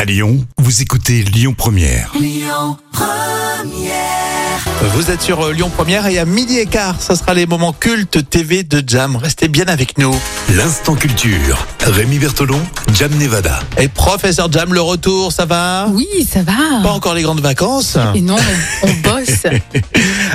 À Lyon, vous écoutez Lyon Première. Vous êtes sur euh, Lyon Première et à midi et quart, ça sera les moments cultes TV de Jam. Restez bien avec nous. L'instant culture. Rémi Bertolon, Jam Nevada. Et professeur Jam, le retour, ça va Oui, ça Pas va. encore les grandes vacances. Et non, on on bosse.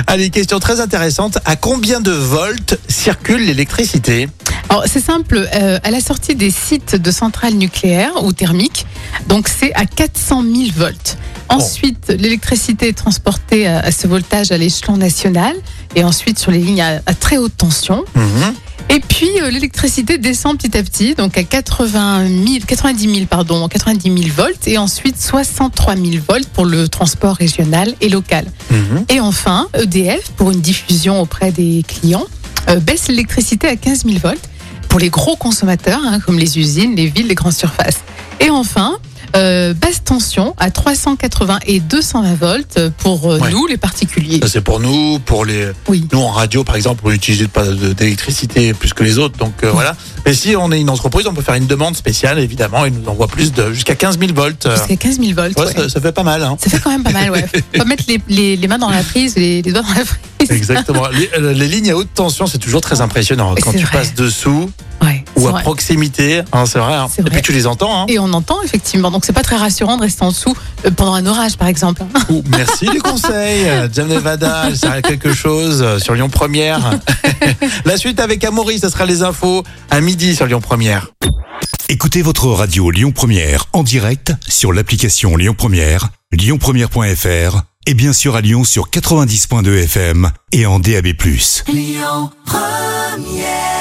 Allez, question très intéressante. À combien de volts circule l'électricité Alors, c'est simple, euh, à la sortie des sites de centrales nucléaires ou thermiques, donc c'est à 400 000 volts. Ensuite, l'électricité est transportée à, à ce voltage à l'échelon national et ensuite sur les lignes à, à très haute tension. Mhm. Et puis, euh, l'électricité descend petit à petit, donc à 80 000, 90 000, pardon, 90 000 volts et ensuite 63 000 volts pour le transport régional et local. Mhm. Et enfin, EDF, pour une diffusion auprès des clients, euh, baisse l'électricité à 15 000 volts pour les gros consommateurs, hein, comme les usines, les villes, les grandes surfaces. Et enfin, euh, basse tension à 380 et 220 volts pour euh, Ouais. nous, les particuliers. Ça, c'est pour nous, pour les. Oui. Nous, en radio, par exemple, on n'utilise pas de- d'électricité plus que les autres. Donc euh, voilà. Mais si on est une entreprise, on peut faire une demande spéciale, évidemment. Il nous envoie plus de. jusqu'à 15 000 volts. Euh, Jusqu'à 15 000 volts. ouais, ouais. Ça, ça fait pas mal, hein. Ça fait quand même pas mal, ouais. Faut mettre les, les- les mains dans la prise, les, les doigts dans la prise. Exactement. les, euh, les lignes à haute tension, c'est toujours très impressionnant. Et Quand c'est tu vrai. passes dessous Ouais, c'est ou à vrai. proximité, hein, c'est vrai, hein. C'est Et vrai. puis tu les entends. Hein. Et on entend effectivement, donc c'est pas très rassurant de rester en dessous euh, pendant un orage par exemple. Ou- merci du conseil. Euh, Jam Nevada, ça à quelque chose euh, sur Lyon Première. La suite avec Amaury, ça sera les infos à midi sur Lyon Première. Écoutez votre radio Lyon Première en direct sur l'application Lyon Première, lyonpremière.fr et bien sûr à Lyon sur 90.2 FM et en DAB+. Lyon Première